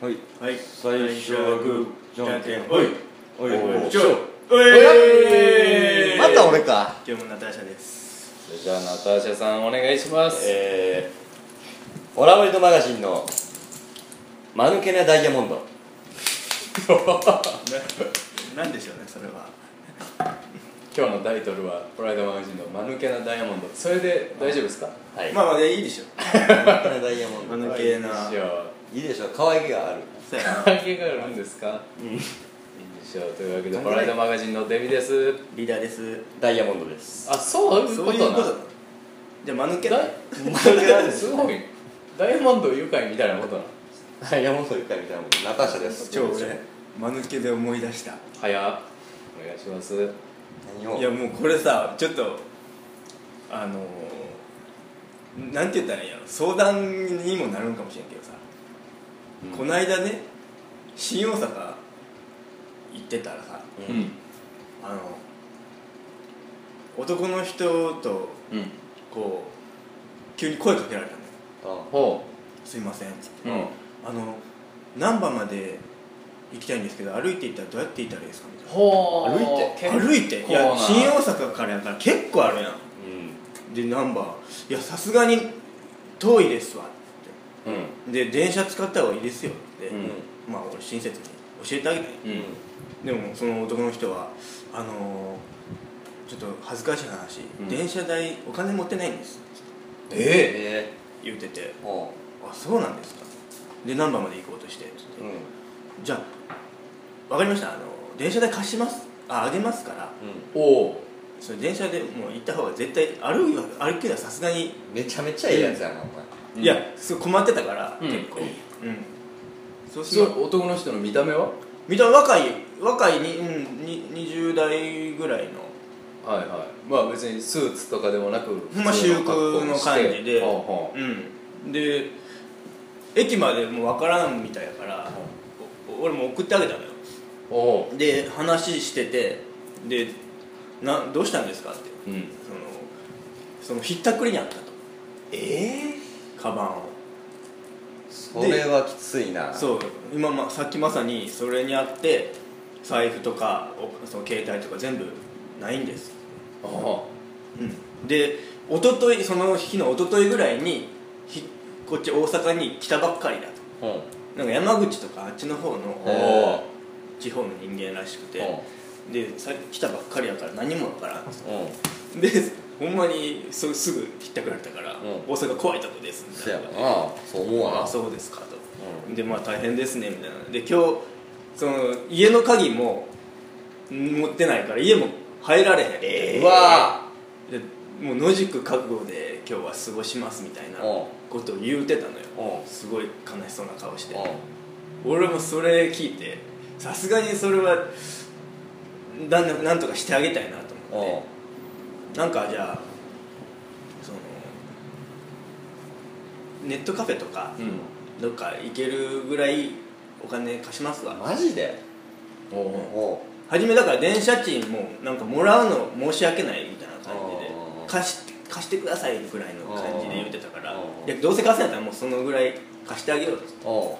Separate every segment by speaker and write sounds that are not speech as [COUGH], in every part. Speaker 1: はい
Speaker 2: はい
Speaker 1: 最初はグーじゃんけん
Speaker 2: おい
Speaker 1: おい
Speaker 3: おい
Speaker 1: おい
Speaker 2: ちょお
Speaker 3: え
Speaker 2: い
Speaker 3: また俺か
Speaker 2: 今日もナターシャです
Speaker 3: それじゃあナターシャさんお願いします
Speaker 4: え
Speaker 3: オラオリドマガジンの間抜けなダイヤモンド
Speaker 2: ななんでしょうねそれは
Speaker 4: 今日のタイトルは「プライドマガジンの間抜けなダイヤモンド」それで大丈夫ですか
Speaker 3: はい
Speaker 2: まあまあいいでしょ
Speaker 3: 間抜けなダイヤモン
Speaker 2: 間
Speaker 3: ド
Speaker 2: 抜けな
Speaker 4: じゃあ
Speaker 3: いいでしょ可愛げがある
Speaker 2: そうやな
Speaker 4: 関係があるんですかうんいいでしょうというわけで「プライドマガジン」のデビです
Speaker 2: リーダーです
Speaker 3: ダイヤモンドです
Speaker 4: あそういう
Speaker 2: そ
Speaker 4: こ
Speaker 2: ういう
Speaker 4: と
Speaker 2: こ
Speaker 4: な
Speaker 2: とだじゃあ間抜けない
Speaker 4: だすごいダイヤモンド愉快みたいなことな
Speaker 3: ダイヤモンドゆかりみたいなもんナターシャです
Speaker 2: 超俺間抜けで思い出した
Speaker 4: 早っお願いします
Speaker 3: 何を
Speaker 2: いやもうこれさちょっとあのー、なんて言ったらいいんやろ相談にもなるんかもしれんけどさ、こないだね新大阪行ってたらさ
Speaker 3: う
Speaker 2: あの男の人と
Speaker 4: うん
Speaker 2: こう急に声かけられたのよ
Speaker 3: あ
Speaker 4: ほ
Speaker 2: 「すいません」っつって
Speaker 4: ううん
Speaker 2: 「あの難波まで行きたいんですけど歩いて行ったらどうやって行ったらいいですか?」みたいな
Speaker 4: ほう
Speaker 3: 歩い
Speaker 4: 結構
Speaker 2: 歩いていや
Speaker 4: な
Speaker 2: 新大阪からやから結構あるやん
Speaker 3: うん
Speaker 2: でナンバー「いやさすがに遠いですわ」っ
Speaker 3: うん
Speaker 2: てで電車使った方がいいですよ」って、
Speaker 4: うん
Speaker 2: まあ俺親切に教えてあげたんよ
Speaker 4: うん
Speaker 2: でもその男の人は「あのー、ちょっと恥ずかしい話、
Speaker 4: うん
Speaker 2: 電車代お金持ってないんです
Speaker 4: ええ
Speaker 3: え」
Speaker 2: 言うてて
Speaker 3: ーおう
Speaker 2: 「あそうなんですか」でナンバーまで行こうとしてつって
Speaker 3: うん
Speaker 2: じゃあわかりましたあの電車代貸しますああげますから
Speaker 3: う
Speaker 4: おう
Speaker 2: それ電車でもう行った方が絶対歩く歩くよりはさすがに
Speaker 3: んめちゃめちゃいいやつやなお前
Speaker 4: うん
Speaker 2: いやすごい困ってたから、
Speaker 4: うん
Speaker 2: 結構、うん、そうす
Speaker 4: そ
Speaker 2: る
Speaker 4: う男の人の見た目は
Speaker 2: 見た目若い若いに、うん、に20代ぐらいの
Speaker 4: はいはいまあ別にスーツとかでもなく
Speaker 2: ほんま私服の感じで
Speaker 4: ほうほ
Speaker 2: うんで駅までもう分からんみたいやからお俺も送ってあげたのよ
Speaker 4: うおう
Speaker 2: で話しててでなどうしたんですかって
Speaker 4: うん
Speaker 2: そのそのひったくりにあったと
Speaker 3: ええ
Speaker 2: カバンを
Speaker 3: それはきついな
Speaker 2: そう今、ま、さっきまさにそれにあって財布とかおその携帯とか全部ないんです
Speaker 4: お
Speaker 2: うん、で一昨日その日の一昨日ぐらいにひこっち大阪に来たばっかりだと
Speaker 3: うんうん
Speaker 2: なんか山口とかあっちの方
Speaker 4: うお
Speaker 3: へ
Speaker 2: の
Speaker 3: え
Speaker 4: お
Speaker 2: 地方の人間らしくてでさ来たばっかりやから何もわからん
Speaker 3: うん
Speaker 2: でほんまにそすぐひったくられたから
Speaker 3: ん
Speaker 2: 「大阪怖いとこです」み
Speaker 3: そ
Speaker 2: たい
Speaker 3: や
Speaker 2: な
Speaker 3: ろなそう思うわ
Speaker 2: あ
Speaker 3: な
Speaker 2: そうですか」とでまあ大変ですねみたいなで今日その家の鍵もん持ってないから家も入られへん
Speaker 3: うわ
Speaker 2: でもう野宿覚悟で今日は過ごしますみたいな
Speaker 3: うん
Speaker 2: ことを言うてたのよ
Speaker 3: うん
Speaker 2: すごい悲しそうな顔して
Speaker 3: うん
Speaker 2: 俺もそれ聞いてさすがにそれはだんなんとかしてあげたいなと
Speaker 3: うん
Speaker 2: 思ってなんかじゃあそのネットカフェとか
Speaker 4: うん
Speaker 2: どっか行けるぐらいお金貸しますわ
Speaker 3: マジで
Speaker 4: おう
Speaker 3: おう
Speaker 2: 初めだから電車賃もなんかもらうの申し訳ないみたいな感じで
Speaker 3: あー
Speaker 2: 貸して貸してくださいぐらいの感じで言ってたから
Speaker 3: あ
Speaker 2: い
Speaker 3: ー
Speaker 2: やどうせ貸せんやったらもうそのぐらい貸してあげようっつっ
Speaker 3: お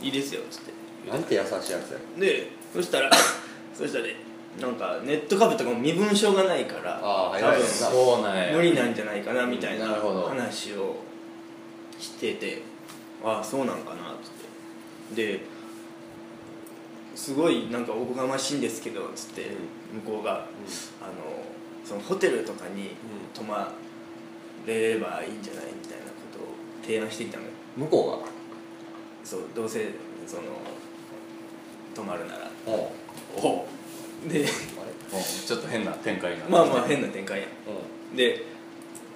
Speaker 2: ていいですよっつって
Speaker 3: うなんて優しいやつや
Speaker 2: でそしたら [COUGHS] そしたらねなんかネットカフェとかも身分証がないから
Speaker 3: あー
Speaker 2: 多
Speaker 3: はいは
Speaker 2: 分
Speaker 3: い
Speaker 4: そうなんや
Speaker 2: 無理なんじゃないかなみたいな
Speaker 4: なるほど
Speaker 2: 話をしててああそうなんかなっつってですごいなんかおこがましいんですけどっつって向こうが、あのそのホテルとかに泊まれればいいんじゃないみたいなことを提案してきたのよ
Speaker 3: 向こ
Speaker 2: そうどうせその泊まるなら
Speaker 3: うがおう
Speaker 2: お
Speaker 3: あ
Speaker 2: で [LAUGHS]
Speaker 3: れ
Speaker 4: おうちょっと変な展開にな
Speaker 2: まあまあ変な展開やん
Speaker 3: う
Speaker 2: で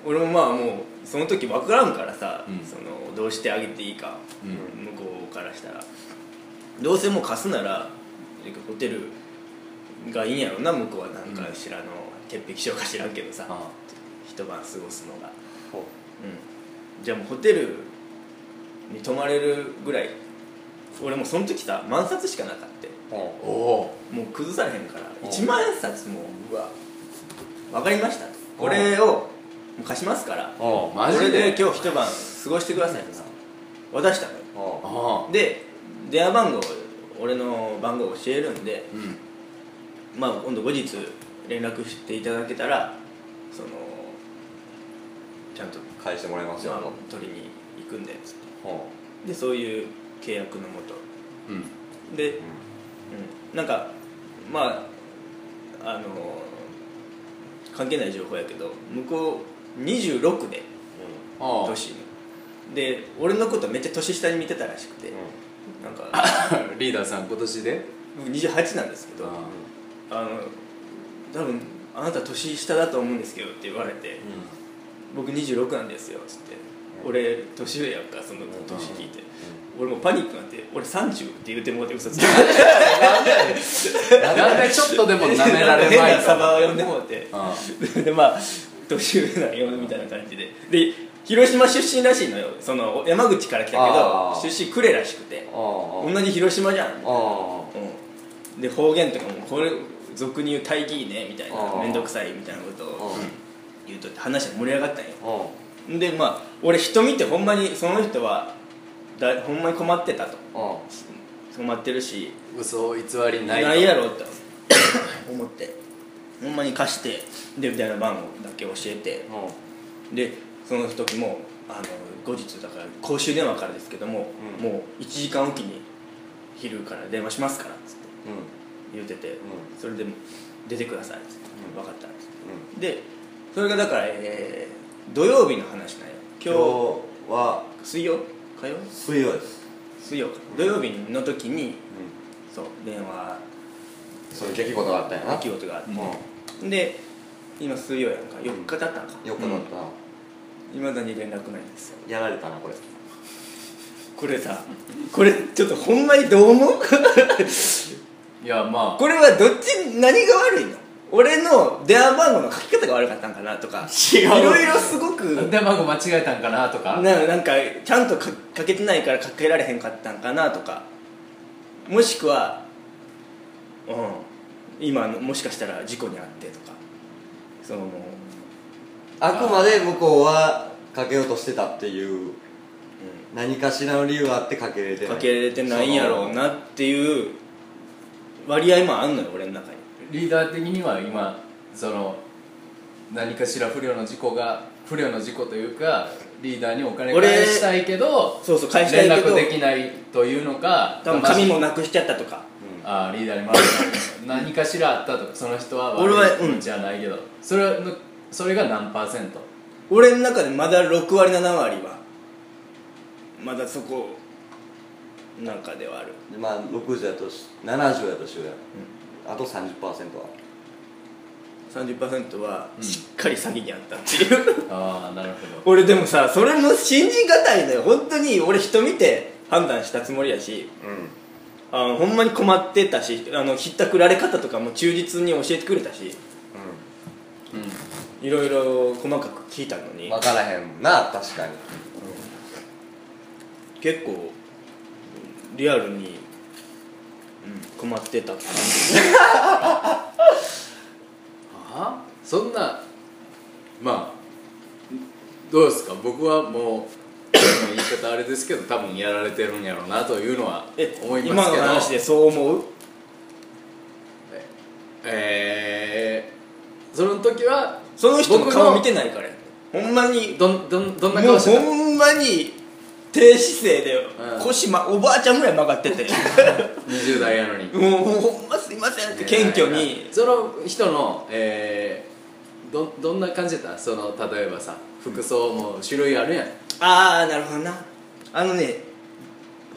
Speaker 2: 俺もまあもうその時分からんからさ、
Speaker 4: うん
Speaker 2: そのどうしてあげていいか、
Speaker 4: うん
Speaker 2: 向こうからしたらどうせもう貸すならホテルがいいんやろな向こうはなんか知らの、潔癖症か知らんけどさ、
Speaker 4: あ
Speaker 2: 一晩過ごすのが、
Speaker 3: ほう
Speaker 2: うん、じゃあもうホテルに泊まれるぐらい俺もうその時さ万冊しかなかった
Speaker 3: ほ
Speaker 4: おお
Speaker 2: もう崩されへんから
Speaker 3: お
Speaker 2: 1万円札もうわ分かりましたとこれをもう貸しますから
Speaker 3: うおう
Speaker 4: マ
Speaker 2: こ
Speaker 4: ジ
Speaker 2: れ
Speaker 4: で
Speaker 2: で今日一晩過ごしてくださいとさ渡したのよ
Speaker 3: おう
Speaker 4: あ
Speaker 2: で電話番号俺の番号教えるんで、
Speaker 4: うん
Speaker 2: まあ今度後日連絡していただけたらそのちゃんと
Speaker 3: 返してもらいますよ
Speaker 2: あ
Speaker 3: あ
Speaker 2: の
Speaker 3: の
Speaker 2: 取りに行くんでつって
Speaker 3: ほ
Speaker 2: でそういう契約のも
Speaker 4: うん
Speaker 2: とで、
Speaker 3: ううん
Speaker 2: うん、なんかまああの関係ない情報やけど向こう26で
Speaker 4: ああ
Speaker 2: 年で俺のことめっちゃ年下に見てたらしくて、なんか
Speaker 4: [LAUGHS] リーダーさん今年で
Speaker 2: 僕28なんですけど
Speaker 4: あ
Speaker 2: あの多分あなた年下だと思うんですけどって言われて、僕26なんですよっつって、
Speaker 3: うん
Speaker 2: 俺年上やんかその年聞いて、俺もうパニックになって俺30って言うてもうて嘘ついて
Speaker 4: あなんでちょっとでも舐められま
Speaker 2: 変
Speaker 4: い
Speaker 2: なサバ
Speaker 4: か
Speaker 2: を呼んでもうて
Speaker 4: あ
Speaker 2: [LAUGHS] でまあ年上なんよみたいな感じでで広島出身らしいのよその山口から来たけど
Speaker 3: あー
Speaker 2: 出身呉らしくて
Speaker 3: ああ
Speaker 2: 同じ広島じゃん
Speaker 3: ああ
Speaker 2: うん、で方言とかもこれ俗に言う「大義ね」みたい
Speaker 3: あ
Speaker 2: な
Speaker 3: ー
Speaker 2: 面倒くさいみたいなことを言うとって話が盛り上がったんよ
Speaker 3: あ
Speaker 2: でまあ俺人見てほんまにその人はだほんまに困ってたと
Speaker 3: あ
Speaker 2: 困ってるし
Speaker 4: 嘘を偽りな
Speaker 2: ないいやろと [COUGHS] 思ってほんまに貸してでみたいな番号だけ教えて
Speaker 3: あ
Speaker 2: でその時もあの後日だから公衆電話からですけども、
Speaker 3: うん
Speaker 2: もう1時間おきに昼から電話しますからっつって
Speaker 3: うん
Speaker 2: 言うてて、
Speaker 3: ん
Speaker 2: それでも出てくださいっつって、
Speaker 3: うん
Speaker 2: 分かったっつって
Speaker 3: うん
Speaker 2: でそれがだから、えー土曜日の話なんよ
Speaker 3: 今
Speaker 2: 今
Speaker 3: 日
Speaker 2: 日
Speaker 3: は
Speaker 2: 水曜火曜
Speaker 3: 水曜です
Speaker 2: 水曜か土曜日の時に
Speaker 3: う
Speaker 2: そう電話
Speaker 3: んそういう出来事があったんやな
Speaker 2: 出来事があって
Speaker 3: うん
Speaker 2: で今水曜やんか4日経ったんか
Speaker 3: よくなったない
Speaker 2: まだに連絡ないんですよ
Speaker 3: やられたなこれ
Speaker 2: これさこれちょっとほんまにどう思う [LAUGHS]
Speaker 4: いやま
Speaker 2: これはどっち何が悪いの俺の電話番号の書き方が悪かったんかなとか
Speaker 3: 違う
Speaker 2: いろいろすごく
Speaker 4: あ電話番号間違えたんかなとか
Speaker 2: ななんかちゃんとかかけてないからかけられへんかったんかなとかもしくは、うん、今のもしかしたら事故に遭ってとかそのも
Speaker 3: あくまで向こうはかけようとしてたっていう
Speaker 2: う、
Speaker 3: 何かしらの理由があってかけれて
Speaker 2: うん、
Speaker 3: ない
Speaker 2: かけれてないんやろうなっていう割合もあんのよ俺の中に
Speaker 4: リーダー的には今その何かしら不良の事故が不良の事故というかリーダーにお金
Speaker 2: 俺
Speaker 4: 返したいけど
Speaker 2: そうそう返したいけど
Speaker 4: 連絡できないというのか
Speaker 2: 多分紙もなくしちゃったとか
Speaker 4: あーリーダーに回した何かしらあったとかその人は悪い
Speaker 2: 俺はうん
Speaker 4: じゃないけど、それのそれが何パーセント
Speaker 2: 俺の中でまだ6割7割はまだそこなんかではある
Speaker 3: でまあ60やとし70やとしようや、あと30%は
Speaker 2: 30%は
Speaker 4: うん
Speaker 2: しっかり詐欺にあったっていう、
Speaker 4: ああなるほど
Speaker 2: 俺でもさそれも信じがたいのよ本当に俺人見て判断したつもりやし
Speaker 3: う
Speaker 2: あのほんまに困ってたしあのひったくられ方とかも忠実に教えてくれたし
Speaker 3: ん
Speaker 4: う
Speaker 2: いろいろ細かく聞いたのに
Speaker 3: 分からへんもんな確 [LAUGHS] かに
Speaker 2: 結構リアルに、うん、困ってたって
Speaker 4: あそんなまあどうですか僕はもう言い方あれですけど多分やられてるんやろうなというのは
Speaker 2: え
Speaker 4: 思いま
Speaker 2: 今
Speaker 4: す
Speaker 2: の
Speaker 4: けど
Speaker 2: 話でそう思う
Speaker 4: えー、その時は
Speaker 2: その人の
Speaker 4: 僕
Speaker 2: 顔見てないからやほんまに
Speaker 4: どんどんどんな
Speaker 2: もう
Speaker 4: 顔してた
Speaker 2: ほんまに低姿勢で
Speaker 4: うん
Speaker 2: 腰、ま、おばあちゃんぐらい曲がってて
Speaker 4: 20代やのに
Speaker 2: もうほんますいませんって謙虚に
Speaker 4: その人の、えー、どどんな感じだったその例えばさ服装も種類あるやん
Speaker 2: ああなるほどなあのね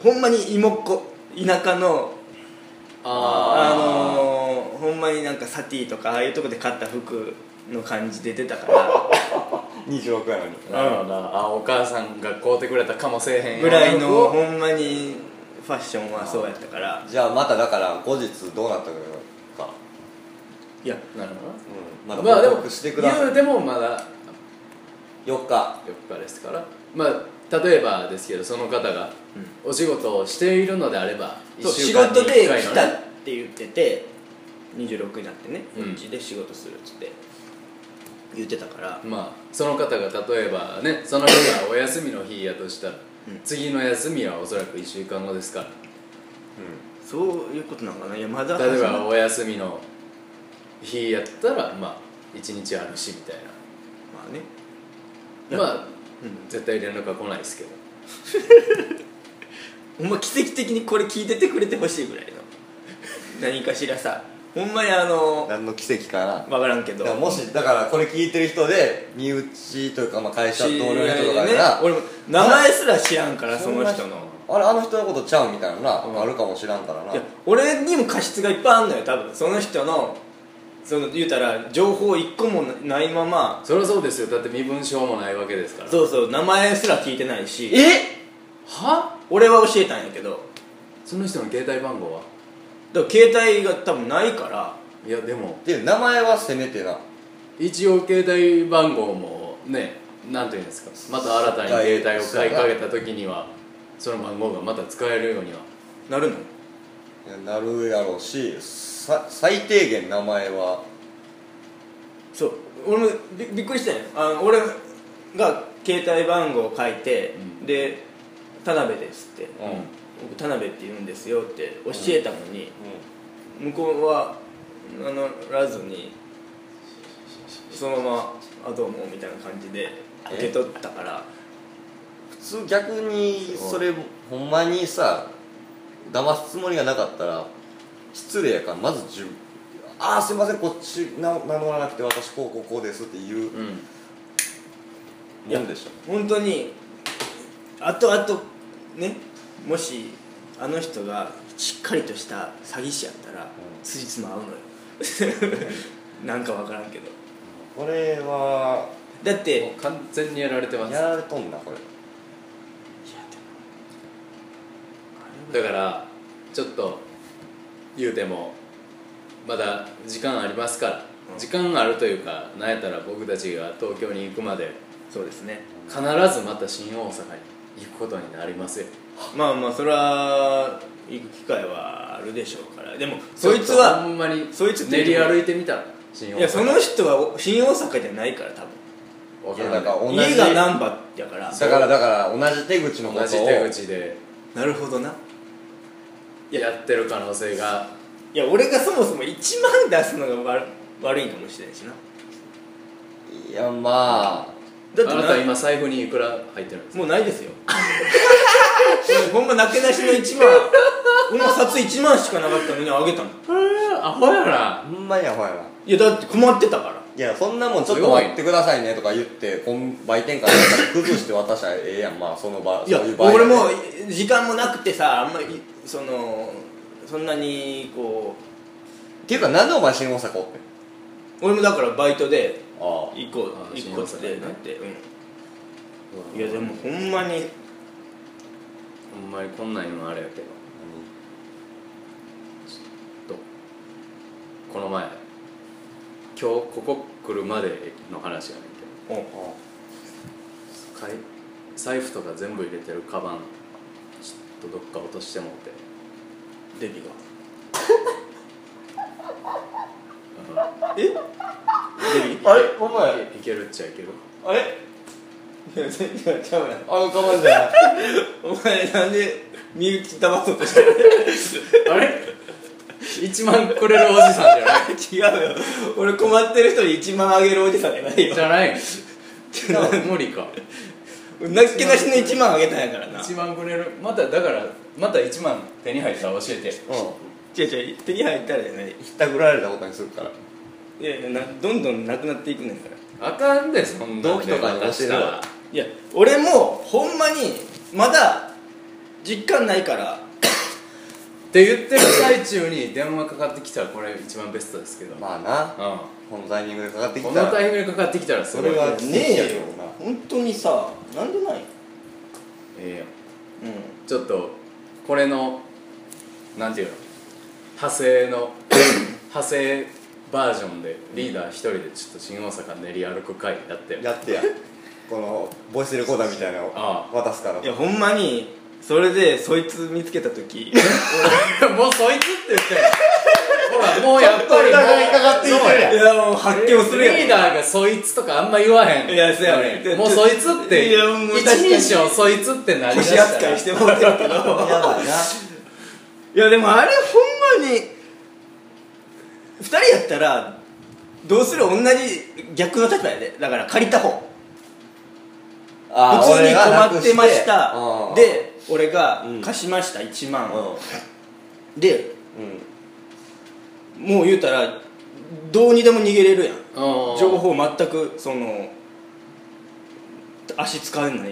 Speaker 2: ほんまに芋っ子田舎のあ
Speaker 4: ー
Speaker 2: のー、ほんまになんかサティとかああいうとこで買った服の感じで出た
Speaker 4: [LAUGHS]
Speaker 2: か
Speaker 3: 26やのに
Speaker 4: なるほどなあお母さんが買うてくれたかもせえへ
Speaker 2: ら
Speaker 4: ん
Speaker 2: ぐらいの
Speaker 4: 服を
Speaker 2: ほんまにファッションはそうやったから
Speaker 3: じゃあまただから後日どうなったかか、
Speaker 2: いや
Speaker 4: なるほどな
Speaker 3: うん、まだ報告してくだ
Speaker 4: まあ
Speaker 3: さ
Speaker 4: でも
Speaker 3: い、
Speaker 4: 言うてもまだ
Speaker 3: 4日
Speaker 4: 4日ですからまあ例えばですけどその方がお仕事をしているのであれば
Speaker 2: そう
Speaker 4: 一
Speaker 2: 仕
Speaker 4: 週間に
Speaker 2: 事で
Speaker 4: 一回の
Speaker 2: 来たって言ってて26になってね
Speaker 4: うん
Speaker 2: うちで仕事するっつって言ってたから
Speaker 4: まあその方が例えばねその日がお休みの日やとしたら、
Speaker 2: うん
Speaker 4: 次の休みはおそらく1週間後ですから
Speaker 2: そういうことなんかないやまだ
Speaker 4: 例え
Speaker 2: 始まっ
Speaker 4: ばお休みの日やったらまあ一日あるしみたい
Speaker 2: まあね
Speaker 4: な
Speaker 2: や
Speaker 4: まあ
Speaker 2: うん
Speaker 4: 絶対連絡は来ないですけど
Speaker 2: ほんま奇跡的にこれ聞いててくれてほしいぐらいの何かしらさほんまにあの
Speaker 3: 何の奇跡かな
Speaker 2: 分からんけ
Speaker 3: だ
Speaker 2: ど
Speaker 3: からもしだからこれ聞いてる人で身内というかまあ会社
Speaker 2: 知り合
Speaker 3: 同
Speaker 2: い
Speaker 3: 僚の人と
Speaker 2: で
Speaker 3: か
Speaker 2: ね
Speaker 3: が
Speaker 2: 俺も名前すら知らんからそ
Speaker 3: そん
Speaker 2: の
Speaker 3: な
Speaker 2: 人の
Speaker 3: あれあの人のことちゃうみたいなな、
Speaker 2: うん
Speaker 3: あるかもしらんからない
Speaker 2: や俺にも過失がいっぱいあんのよ多分その人のその言うたら情報一個もないまま
Speaker 4: そりゃそうですよだって身分証もないわけですから
Speaker 2: そうそう名前すら聞いてないし
Speaker 3: え
Speaker 4: は
Speaker 2: 俺は教えたんやけど
Speaker 4: その人の携帯番号は
Speaker 2: だから携帯が多分ないから
Speaker 4: いやでも
Speaker 3: っていう名前はせめてな
Speaker 4: 一応携帯番号もねなんていうんですかまた新たに携帯を買いかけた時にはその番号がまた使えるようには
Speaker 2: なるの
Speaker 3: いやなるやろうしさ最低限名前は
Speaker 2: そう俺もびびっくりしたんよあの俺が携帯番号を書いて、
Speaker 4: うん
Speaker 2: で「田辺です」って
Speaker 3: うんうん
Speaker 2: 「僕田辺って言うんですよ」って教えたのに、向こうは名乗らずにそのまま「あどうも」みたいな感じで受け取ったから
Speaker 3: 普通逆にそれほんまにさ騙すつもりがなかったら失礼やからまず自分ああすいませんこっちな名乗らなくて私こうこうこうですっていう
Speaker 4: うん
Speaker 3: もんでしょ
Speaker 2: 本当にあとあとねもしあの人がしっかりとした詐欺師やったら
Speaker 3: ん
Speaker 2: 辻褄合うのよ [LAUGHS] なんか分からんけど
Speaker 3: これは
Speaker 2: だって
Speaker 4: もう完全にやられてます
Speaker 3: やられとんなこれ
Speaker 4: だからちょっと言うてもまだ時間ありますから、
Speaker 2: うん
Speaker 4: 時間あるというかなんやったら僕たちが東京に行くまで
Speaker 2: そうですね
Speaker 4: 必ずまた新大阪に行くことになりますよ
Speaker 2: まあまあそれは行く機会はあるでしょうからでも
Speaker 4: ちょっ
Speaker 2: そ
Speaker 4: と
Speaker 2: いつは
Speaker 4: ほんまに
Speaker 2: そいつってい
Speaker 4: 練
Speaker 2: うと
Speaker 4: り
Speaker 2: こ
Speaker 4: 歩いてみたら新大阪
Speaker 2: いやその人はお新大阪じゃないから多分
Speaker 4: わ
Speaker 3: い
Speaker 4: か
Speaker 3: や
Speaker 4: ら
Speaker 3: だか
Speaker 4: な
Speaker 3: ら
Speaker 4: い
Speaker 3: 同じ
Speaker 2: 家が難波やから
Speaker 3: だからだから同じ手口のことを
Speaker 4: 同じ手口で
Speaker 2: なるほどなや
Speaker 4: やってる可能性が
Speaker 2: いや俺がそもそも1万出すのが悪悪いかもしれないしない
Speaker 3: やまあ
Speaker 2: だ
Speaker 4: あな
Speaker 2: って
Speaker 4: た
Speaker 2: な
Speaker 4: 今財布にいくら入ってるんですか
Speaker 2: もうないですよ [LAUGHS] ほんまなけなしの1万ほんま札1万しかなかったのにあげたの
Speaker 4: アホやな
Speaker 3: ほんまにアホやない
Speaker 2: やだって困ってたから
Speaker 3: いやそんなもんちょっと待ってくださいねとか言ってこん売店から崩して渡したらええやんまあその場
Speaker 2: いや
Speaker 3: そういう場合
Speaker 2: 俺も時間もなくてさあんまりそのそんなにこ
Speaker 3: っていうかなんでお前新大阪おってん
Speaker 2: う俺もだからバイトで
Speaker 3: あ
Speaker 2: 一個
Speaker 4: あ
Speaker 2: 一個ってなって、うん、いやで
Speaker 4: も
Speaker 2: もほんまに
Speaker 4: ほんまにこんなん言うのあれやけどとこの前今日ここ来るまでの話やね
Speaker 3: あ
Speaker 2: うん
Speaker 4: んけ
Speaker 3: あ
Speaker 4: どかい財布とか全部入れてるカバンちょっとどっか落としてもうて、
Speaker 2: デビが
Speaker 4: う
Speaker 2: えデビ
Speaker 3: あれお前
Speaker 4: んいけるっちゃいける
Speaker 3: あれ
Speaker 2: いや全然ちゃうやん
Speaker 3: あのカバンじゃ
Speaker 2: お前なんで身内騙そうとして [LAUGHS] る
Speaker 4: あれ1万くれるおじさんじゃない
Speaker 2: 違うよ俺困ってる人に1万あげるおじさんじゃないよ
Speaker 4: じゃないの無理か
Speaker 2: なっけなしの1万あげたんやからな
Speaker 4: 1万くれるまただからまた1万手に入ったら教えて
Speaker 3: ないうん
Speaker 2: 違う違う手に入ったらじゃない
Speaker 3: ひったくられたことにするから
Speaker 2: いやいやなどんどんなくなっていくねんから
Speaker 4: あかんでそんなん
Speaker 3: 同期とかに教えるわ
Speaker 2: いや俺もほんまにまだ実感ないから
Speaker 4: って言ってる最中に電話かかってきたらこれ一番ベストですけど、
Speaker 3: まあな
Speaker 4: う
Speaker 3: このタイミングでかかって
Speaker 4: ん、
Speaker 3: き
Speaker 4: こ
Speaker 3: た
Speaker 4: の
Speaker 3: ら
Speaker 4: タイミングでかかってきたらす
Speaker 3: そ
Speaker 4: ごい
Speaker 3: れは
Speaker 2: ね
Speaker 3: 奇跡や
Speaker 2: え
Speaker 3: け
Speaker 2: よ
Speaker 3: どな
Speaker 2: 本当にさなんでない
Speaker 4: え
Speaker 2: うん
Speaker 4: えやんちょっとこれのなんていうの派生の派生バージョンでリーダー一人でちょっと新大阪練り歩く会やってよ
Speaker 3: やってやこのボイスレコーダーみたいなのを
Speaker 4: あ
Speaker 3: 渡すから
Speaker 2: いやほんまにそれでそいつ見つけた時
Speaker 4: [LAUGHS] もうそいつって言ってほらもうやっぱ
Speaker 3: お
Speaker 4: り
Speaker 3: 互いかかってきてるやん
Speaker 2: いやもう発狂するやん
Speaker 4: リーダーがそいつとかあんま言わへん
Speaker 2: いやそうやね
Speaker 4: もうそいつって
Speaker 2: いやもう
Speaker 4: 一
Speaker 2: 確かに
Speaker 4: 人称そいつってなりだ
Speaker 2: 腰
Speaker 4: したら
Speaker 2: 扱いしてもらってるけど
Speaker 3: やばいな
Speaker 2: いやでもあれほんまに2人やったらどうする同じ逆の立場やでだから借りた方
Speaker 3: あー
Speaker 2: 普通に
Speaker 3: 俺がな
Speaker 2: 困
Speaker 3: く
Speaker 2: っ
Speaker 3: して
Speaker 2: ました
Speaker 3: うん
Speaker 2: で俺が
Speaker 3: うん
Speaker 2: 貸しました1
Speaker 3: う
Speaker 2: 万、
Speaker 3: んうん
Speaker 2: でもう言うたらどうにでも逃げれるやん
Speaker 4: うん
Speaker 2: 情報全くその足使えないか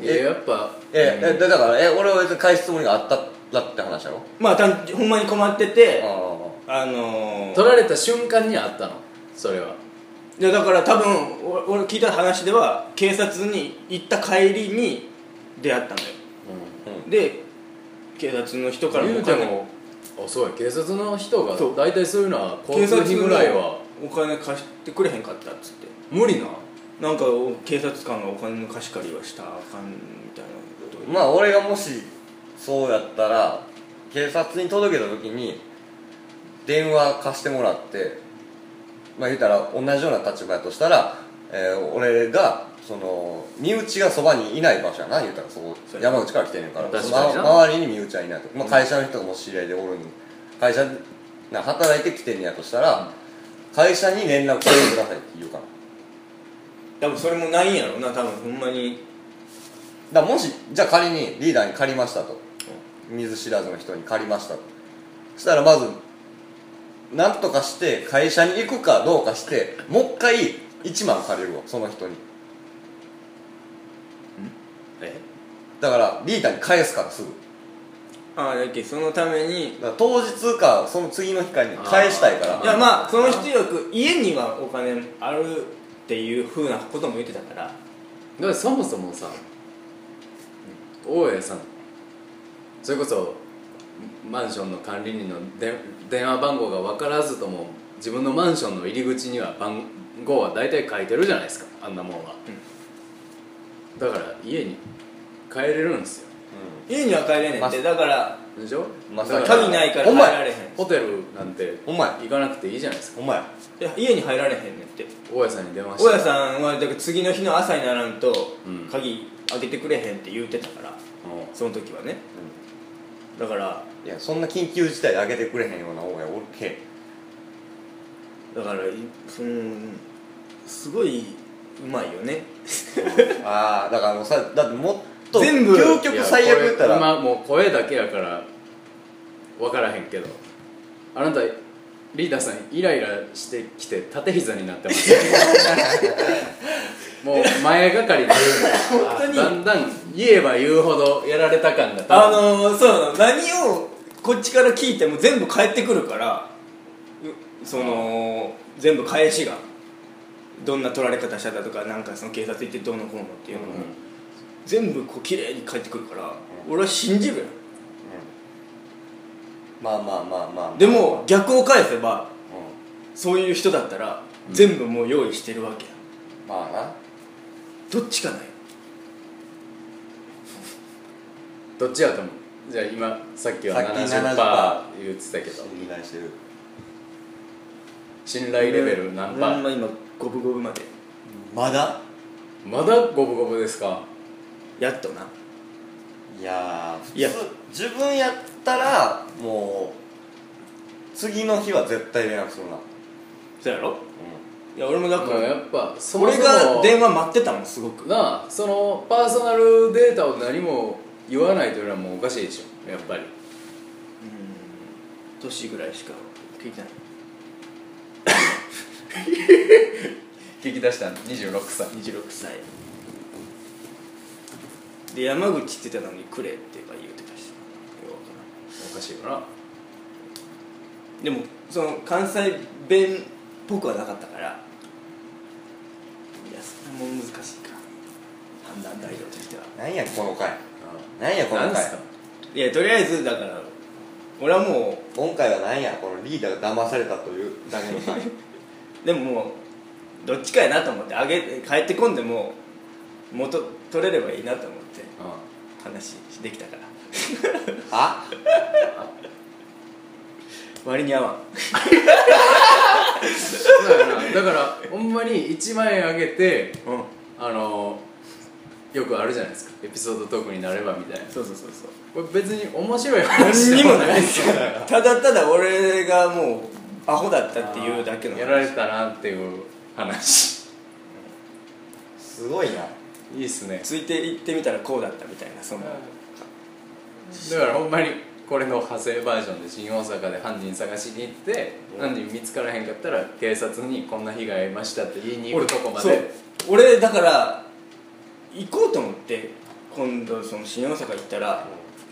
Speaker 2: ら
Speaker 4: いややっぱ
Speaker 3: ええだだからえ俺は別に返すつもりがあっただって話やろ
Speaker 2: まあ単ほんまに困ってて
Speaker 3: あ
Speaker 2: あのー、
Speaker 4: 取られた瞬間にあったのそれはい
Speaker 2: やだから多分お俺聞いた話では警察に行った帰りに出会ったんだよで警察の人から
Speaker 4: 言
Speaker 2: お
Speaker 4: うて
Speaker 2: 金
Speaker 4: もあそうや警察の人が
Speaker 2: そう
Speaker 4: 大体そういうのは
Speaker 2: 警
Speaker 4: 交通
Speaker 2: 察
Speaker 4: 費ぐらいは
Speaker 2: お金貸してくれへんかったっつって
Speaker 4: 無理な
Speaker 2: なんかお警察官がお金の貸し借りはしたらあかんみたいなこと
Speaker 3: あまあ俺がもしそうやったら警察に届けた時に電話貸してもらってまあ言うたら同じような立場やとしたら、えー俺がその身内がそばにいない場所やな言うたらそこ
Speaker 2: そうや
Speaker 3: 山口から来てんねんから
Speaker 4: 確
Speaker 3: ま
Speaker 4: かにな
Speaker 3: 周りに身内はいないと、まあ、会社の人がもし知り合いでおるん会社な働いてきてんねやとしたら会社に連絡してくださいって言うかな
Speaker 2: 多分それもないんやろうな多分ほんまに
Speaker 3: だからもしじゃあ仮にリーダーに借りましたと見ず知らずの人に借りましたとそしたらまず何とかして会社に行くかどうかしてもう一回1万借りるわその人に
Speaker 4: え
Speaker 3: だからリーダーに返すからすぐ
Speaker 2: ああだっけそのために
Speaker 3: だから当日かその次の日かに返したいから
Speaker 2: いやまあその人よく家にはお金あるっていうふうなことも言ってたから
Speaker 4: だからそもそもさ大家さんそれこそマンションの管理人ので電話番号が分からずとも自分のマンションの入り口には番号は大体書いてるじゃないですかあんなもんは、だから家に帰れるんですよ
Speaker 2: 家には帰れねん
Speaker 3: ま
Speaker 2: ってだから
Speaker 4: でしょ、
Speaker 3: まさ
Speaker 4: だ
Speaker 3: か
Speaker 4: から
Speaker 2: 鍵ないから
Speaker 3: ほ
Speaker 2: 入
Speaker 3: んまや
Speaker 2: られへん
Speaker 4: ホテルなんて
Speaker 3: ほんまや
Speaker 4: 行かなくていいじゃないですか
Speaker 3: ほんまや
Speaker 2: いや家に入られへんねんって
Speaker 4: 大家さんに電話して
Speaker 2: 大家さんはだから次の日の朝にならんと
Speaker 4: うん
Speaker 2: 鍵開けてくれへんって言うてたから
Speaker 4: うん
Speaker 2: その時はねだから
Speaker 3: いやそんな緊急事態であげてくれへんような方がおるけ
Speaker 4: [LAUGHS]
Speaker 3: ん
Speaker 2: だからいそのすごいうまいよね
Speaker 3: ああだからもうさだってもっと
Speaker 2: 全部
Speaker 3: 究極最悪言ったら
Speaker 4: いやこれ今もう声だけやから分からへんけどあなたリーダーさんイライラしてきて縦膝になってます
Speaker 2: [LAUGHS]
Speaker 4: もう前がかりで
Speaker 2: 本当に
Speaker 4: だんだん言えば言うほどやられた感が
Speaker 2: あのー、そうなの何をこっちから聞いても全部返ってくるからうその全部返しがどんな取られ方しただとかなんかその警察行ってどうのこうのっていうのも、全部こう綺麗に返ってくるから俺は信じるよ
Speaker 3: まあまあまあまあ
Speaker 2: でも逆を返せば
Speaker 3: うん
Speaker 2: そういう人だったら全部もう用意してるわけや
Speaker 3: まあな
Speaker 2: どっちかない
Speaker 4: どっちやと思うじゃあ今さっきは
Speaker 3: さっき
Speaker 4: 70%言ってたけど
Speaker 3: 信頼してる
Speaker 4: 信頼レベル何パ
Speaker 2: ほんま
Speaker 4: ー
Speaker 2: 今五分五分まで
Speaker 3: まだ
Speaker 4: まだ五分五分ですか
Speaker 2: やっとない
Speaker 3: やー
Speaker 2: いや
Speaker 3: 普通自分やったらもう次の日は絶対連絡するな、
Speaker 2: そうやろいや俺もだ
Speaker 4: だ
Speaker 2: か
Speaker 4: からや
Speaker 2: ら
Speaker 4: っぱそも
Speaker 2: 俺
Speaker 4: そも
Speaker 2: が電話待ってたもんすごく
Speaker 4: なあそのパーソナルデータを何も言わないというのはもうおかしいでしょやっぱり
Speaker 2: 年ぐらいしか聞いてない
Speaker 4: 聞き出したの26歳
Speaker 2: 26歳で山口って言ってたのに「くれ」って言うてたしようわからん
Speaker 4: おかしいよな
Speaker 2: でもその関西弁っぽくはなかったからいやそれも難しいか判断材料としては
Speaker 3: うん、なんやこの回なんやこの
Speaker 4: 何
Speaker 3: 回
Speaker 4: すか
Speaker 2: いやとりあえずだから俺はも
Speaker 3: 今回はなんやこのリーダーが騙されたというだけの [LAUGHS] 回
Speaker 2: うでももうどっちかやなと思ってあげ帰ってこんでも元取れればいいなと思って話できたから
Speaker 3: あ
Speaker 2: 割に合わん
Speaker 4: そうやなだからほんまに1万円あげて
Speaker 2: うん
Speaker 4: あのよくあるじゃないですかエピソードトークになればみたいな
Speaker 2: そうそうそうそう
Speaker 4: これ別に面白い話
Speaker 2: 何
Speaker 4: で
Speaker 2: にもない
Speaker 4: い
Speaker 2: ですからただただ俺がもうアホだったっていうだけの
Speaker 4: やられたなっていう話
Speaker 3: すごいない
Speaker 4: いっすね
Speaker 2: ついて行ってみたらこうだったみたいなその
Speaker 4: だからほんまにこれの派生バージョンで新大阪で犯人探しに行って犯人見つからへんかったら警察にこんな被害ありましたって言いに行くとこま
Speaker 2: そう
Speaker 4: で
Speaker 2: 俺だから行こうと思って今度その新大阪行ったら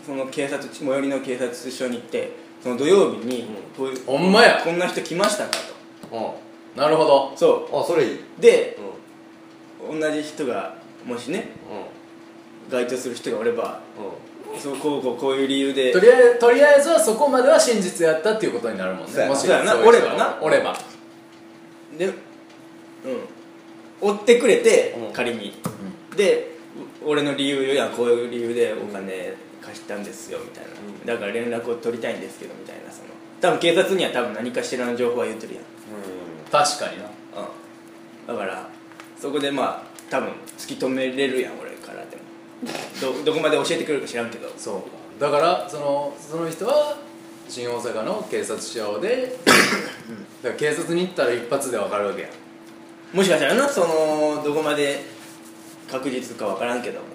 Speaker 2: その警察最寄りの警察署に行ってその土曜日に「こういう
Speaker 4: ほんまや
Speaker 2: こんな人来ましたか?」
Speaker 4: うんなるほど
Speaker 2: とそ
Speaker 3: あそれいいうん
Speaker 2: うで同じ人がもしね
Speaker 3: う
Speaker 2: 該当する人がおれば
Speaker 3: んうん
Speaker 2: そうこうこうこういう理由で
Speaker 4: とりあえずとりあえずはそこまでは真実やったっていうことになるもん
Speaker 3: そう
Speaker 4: ね
Speaker 3: や
Speaker 4: も
Speaker 2: そ
Speaker 4: し
Speaker 2: うやな
Speaker 4: ういう人
Speaker 2: 俺ばな
Speaker 4: 俺ば
Speaker 2: でうん追ってくれて
Speaker 3: うん
Speaker 2: 仮に、でう俺の理由よりはこういう理由でお金貸したんですよみたいな、
Speaker 3: うん
Speaker 2: だから連絡を取りたいんですけどみたいなその多分警察には多分何かしらの情報は言ってるやん、
Speaker 4: 確かにな
Speaker 2: うん、だからそこでまあ多分突き止めれるやん俺からでもどどこまで教えてくれるか知らんけど
Speaker 4: そうかだからそのその人は新大阪の警察署でだから警察に行ったら一発で分かるわけや
Speaker 2: もしかしたらなそのどこまで確実かわからんけども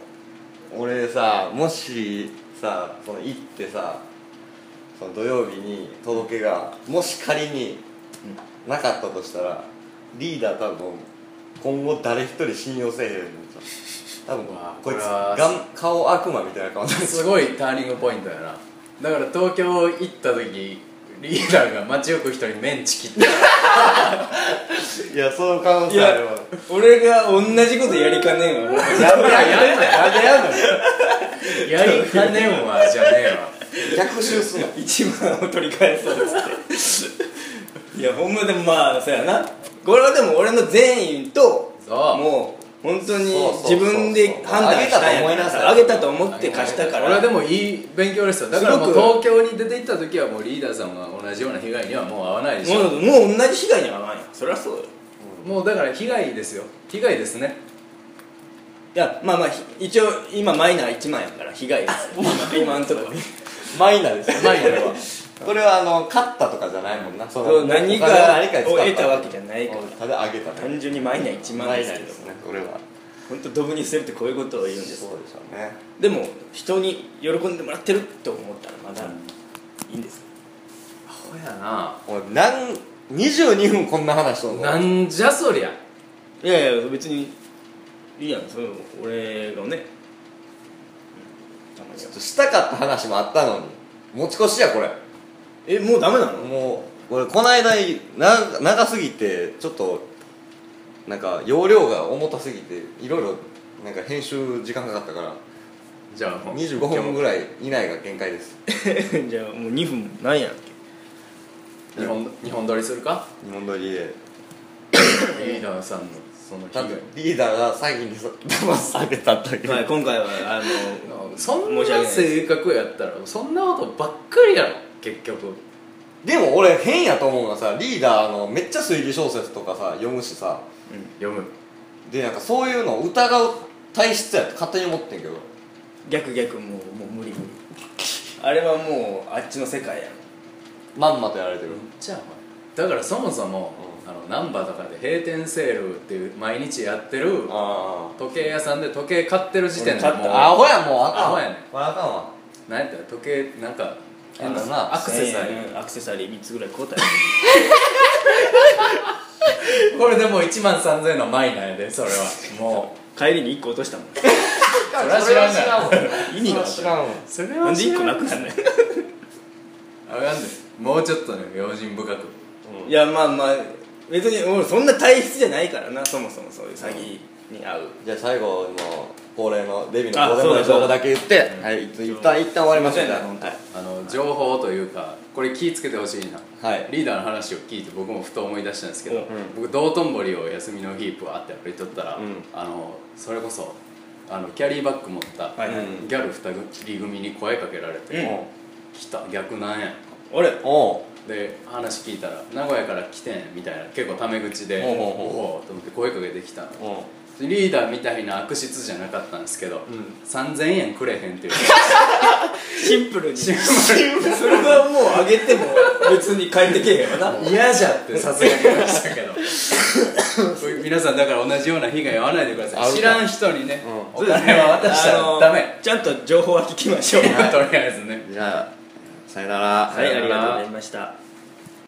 Speaker 3: 俺さもしさその行ってさその土曜日に届けがもし仮になかったとしたらリーダー多分今後誰一人信用せえへんの多分
Speaker 4: うわ
Speaker 3: こいつ
Speaker 4: これは
Speaker 3: がん顔悪魔みたいな顔になっちゃう
Speaker 4: [LAUGHS] すごいターニングポイントやなだから東京行った時リーダーが街行く人にメンチ切っ
Speaker 3: いやその可能
Speaker 2: い
Speaker 3: 性あ
Speaker 2: や
Speaker 3: るわ
Speaker 2: 俺が同じことやりか
Speaker 3: やめやめ
Speaker 2: ねえわ
Speaker 3: やめやめ
Speaker 4: たやりかねんわじゃねえわ
Speaker 3: 逆襲すんの
Speaker 2: 1万を取り返そうっつっていやほんまでもまあそうやなこれはでも俺の善意と
Speaker 4: そう
Speaker 2: もう本当に
Speaker 3: そうそうそう
Speaker 2: 自分で判断したんやから
Speaker 3: あ
Speaker 2: あ
Speaker 3: げ
Speaker 2: げ
Speaker 3: た
Speaker 2: た
Speaker 3: と
Speaker 2: と思って貸したから
Speaker 4: 俺はでもいい勉強ですよだからもう
Speaker 2: すご
Speaker 4: 東京に出て行った時はもうリーダーさんは同じような被害にはもう合わないでし
Speaker 2: も
Speaker 4: ょ
Speaker 2: うもう同じ被害には合わんやそりゃそうよ
Speaker 4: もうだから被害ですよ被害ですね
Speaker 2: いやまあまあひ一応今マイナー1万やから被 [LAUGHS] 害ですよ今今んとこ
Speaker 3: マイナーですよ
Speaker 4: マイナーは
Speaker 3: これはあの勝ったとかじゃないもんなそ
Speaker 2: そう何か
Speaker 3: お金は何かに使っ
Speaker 2: を得たわけじゃないから
Speaker 3: うんただあげただけ
Speaker 2: 単純にマイナー1万
Speaker 3: マ
Speaker 2: で
Speaker 3: イ
Speaker 2: す
Speaker 3: ナ
Speaker 2: け
Speaker 3: ーです
Speaker 2: ど
Speaker 3: ね俺は
Speaker 2: 本当ドブに捨てるってこういうことを言うんです
Speaker 3: そうでしょうね
Speaker 2: でも人に喜んでもらってると思ったらまだいいんです
Speaker 4: アホやな
Speaker 3: おいなん22分こんな話しとんの
Speaker 4: なんじゃそりゃ
Speaker 2: いやいや別にいいやんそれ俺がねうんたまには
Speaker 3: したかった話もあったのに持ち越しやこれ
Speaker 2: えもうダメなの [LAUGHS]
Speaker 3: もう俺この間な長すぎてちょっとなんか容量が重たすぎていろいろなんか編集時間かかったから
Speaker 4: じゃあもう
Speaker 3: 25分ぐらい以内が限界です
Speaker 2: じゃあもう2分なんやん
Speaker 4: 日本日本撮りするか
Speaker 3: 日本撮りで
Speaker 4: リーダーさんのその被
Speaker 3: 多
Speaker 4: 害
Speaker 3: 分リーダーが詐欺に
Speaker 2: [LAUGHS]
Speaker 3: そ騙されただけ
Speaker 2: はい今回はあ
Speaker 4: そん
Speaker 2: 申し訳ない
Speaker 4: な
Speaker 2: です
Speaker 4: 性格やったらそんなことばっかりやろ結局
Speaker 3: でも俺変やと思うのがさリーダーのめっちゃ推理小説とかさ読むしさ
Speaker 4: 読む
Speaker 3: でなんかそういうのを疑う体質やって勝手に思ってんけど
Speaker 2: の逆逆もうもう無理無理あれはもうあっちの世界やん
Speaker 3: まんまとやられてる、
Speaker 4: じゃあだからそもそも、あの難波とかで閉店セールっていう毎日やってる
Speaker 3: あ
Speaker 4: 時計屋さんで時計買ってる時点で
Speaker 2: 俺
Speaker 4: もう
Speaker 2: 買っ
Speaker 3: あアホやもうあかん
Speaker 4: アホ
Speaker 3: わ
Speaker 4: やねん
Speaker 3: これあかんわ
Speaker 4: 何やったら時計なんか変な
Speaker 3: あのな
Speaker 4: アクセサリー、
Speaker 2: 1000円アクセサリー3つぐらい交代
Speaker 4: これでもう1万3000円のマイナーやでそれはも
Speaker 2: 帰りに1個落としたもん
Speaker 3: それ
Speaker 4: は知らんがな
Speaker 3: は知らんわ
Speaker 2: [LAUGHS] 意味が
Speaker 3: それは知らんわ
Speaker 4: うそれ
Speaker 2: なんで
Speaker 4: 知
Speaker 2: 1
Speaker 4: ら
Speaker 2: 個
Speaker 4: ん
Speaker 2: なくなんね
Speaker 4: あかんでもうちょっとね用心深く
Speaker 2: いやまあまあ別に俺そんな体質じゃないからなそもそもそういう詐欺に合う、
Speaker 3: じゃあ最後の恒例のデビの
Speaker 2: あ
Speaker 3: 恒例の
Speaker 2: そうだ
Speaker 3: 情報だけ言ってはい一旦一旦終わりましょうじゃあ
Speaker 2: 本当に
Speaker 4: あの情報というかこれ気ぃつけてほしいな
Speaker 3: はい
Speaker 4: リーダーの話を聞いて僕もふと思い出したんですけ
Speaker 2: うん
Speaker 4: ど僕道頓堀を休みの日ブワーって歩いとったら、
Speaker 3: うん
Speaker 4: あのそれこそあのキャリーバッグ持った
Speaker 2: はいはい
Speaker 3: うん
Speaker 4: ギャル2人組に声かけられて「
Speaker 2: うん
Speaker 4: 来た逆なんや」
Speaker 2: 俺
Speaker 3: おう
Speaker 4: で話聞いたら「名古屋から来てん」みたいな結構タメ口で「
Speaker 3: ほうほうほう
Speaker 4: おうと思って声かけてきたの
Speaker 3: おう
Speaker 4: リーダーみたいな悪質じゃなかったんですけど、3000円くれへんっていう
Speaker 2: シンプルにそれはもうあげても別に帰ってけえへんわな
Speaker 4: 嫌じゃってさすがに言いましたけど [LAUGHS] 皆さんだから同じような被害を遭わないでください知らん人にね、お金は渡した
Speaker 2: あ
Speaker 4: ら
Speaker 2: の
Speaker 4: ダメ
Speaker 2: ちゃんと情報は聞きましょう
Speaker 4: [LAUGHS] とりあえずね
Speaker 3: じゃあさよなら
Speaker 2: はいありがとうございました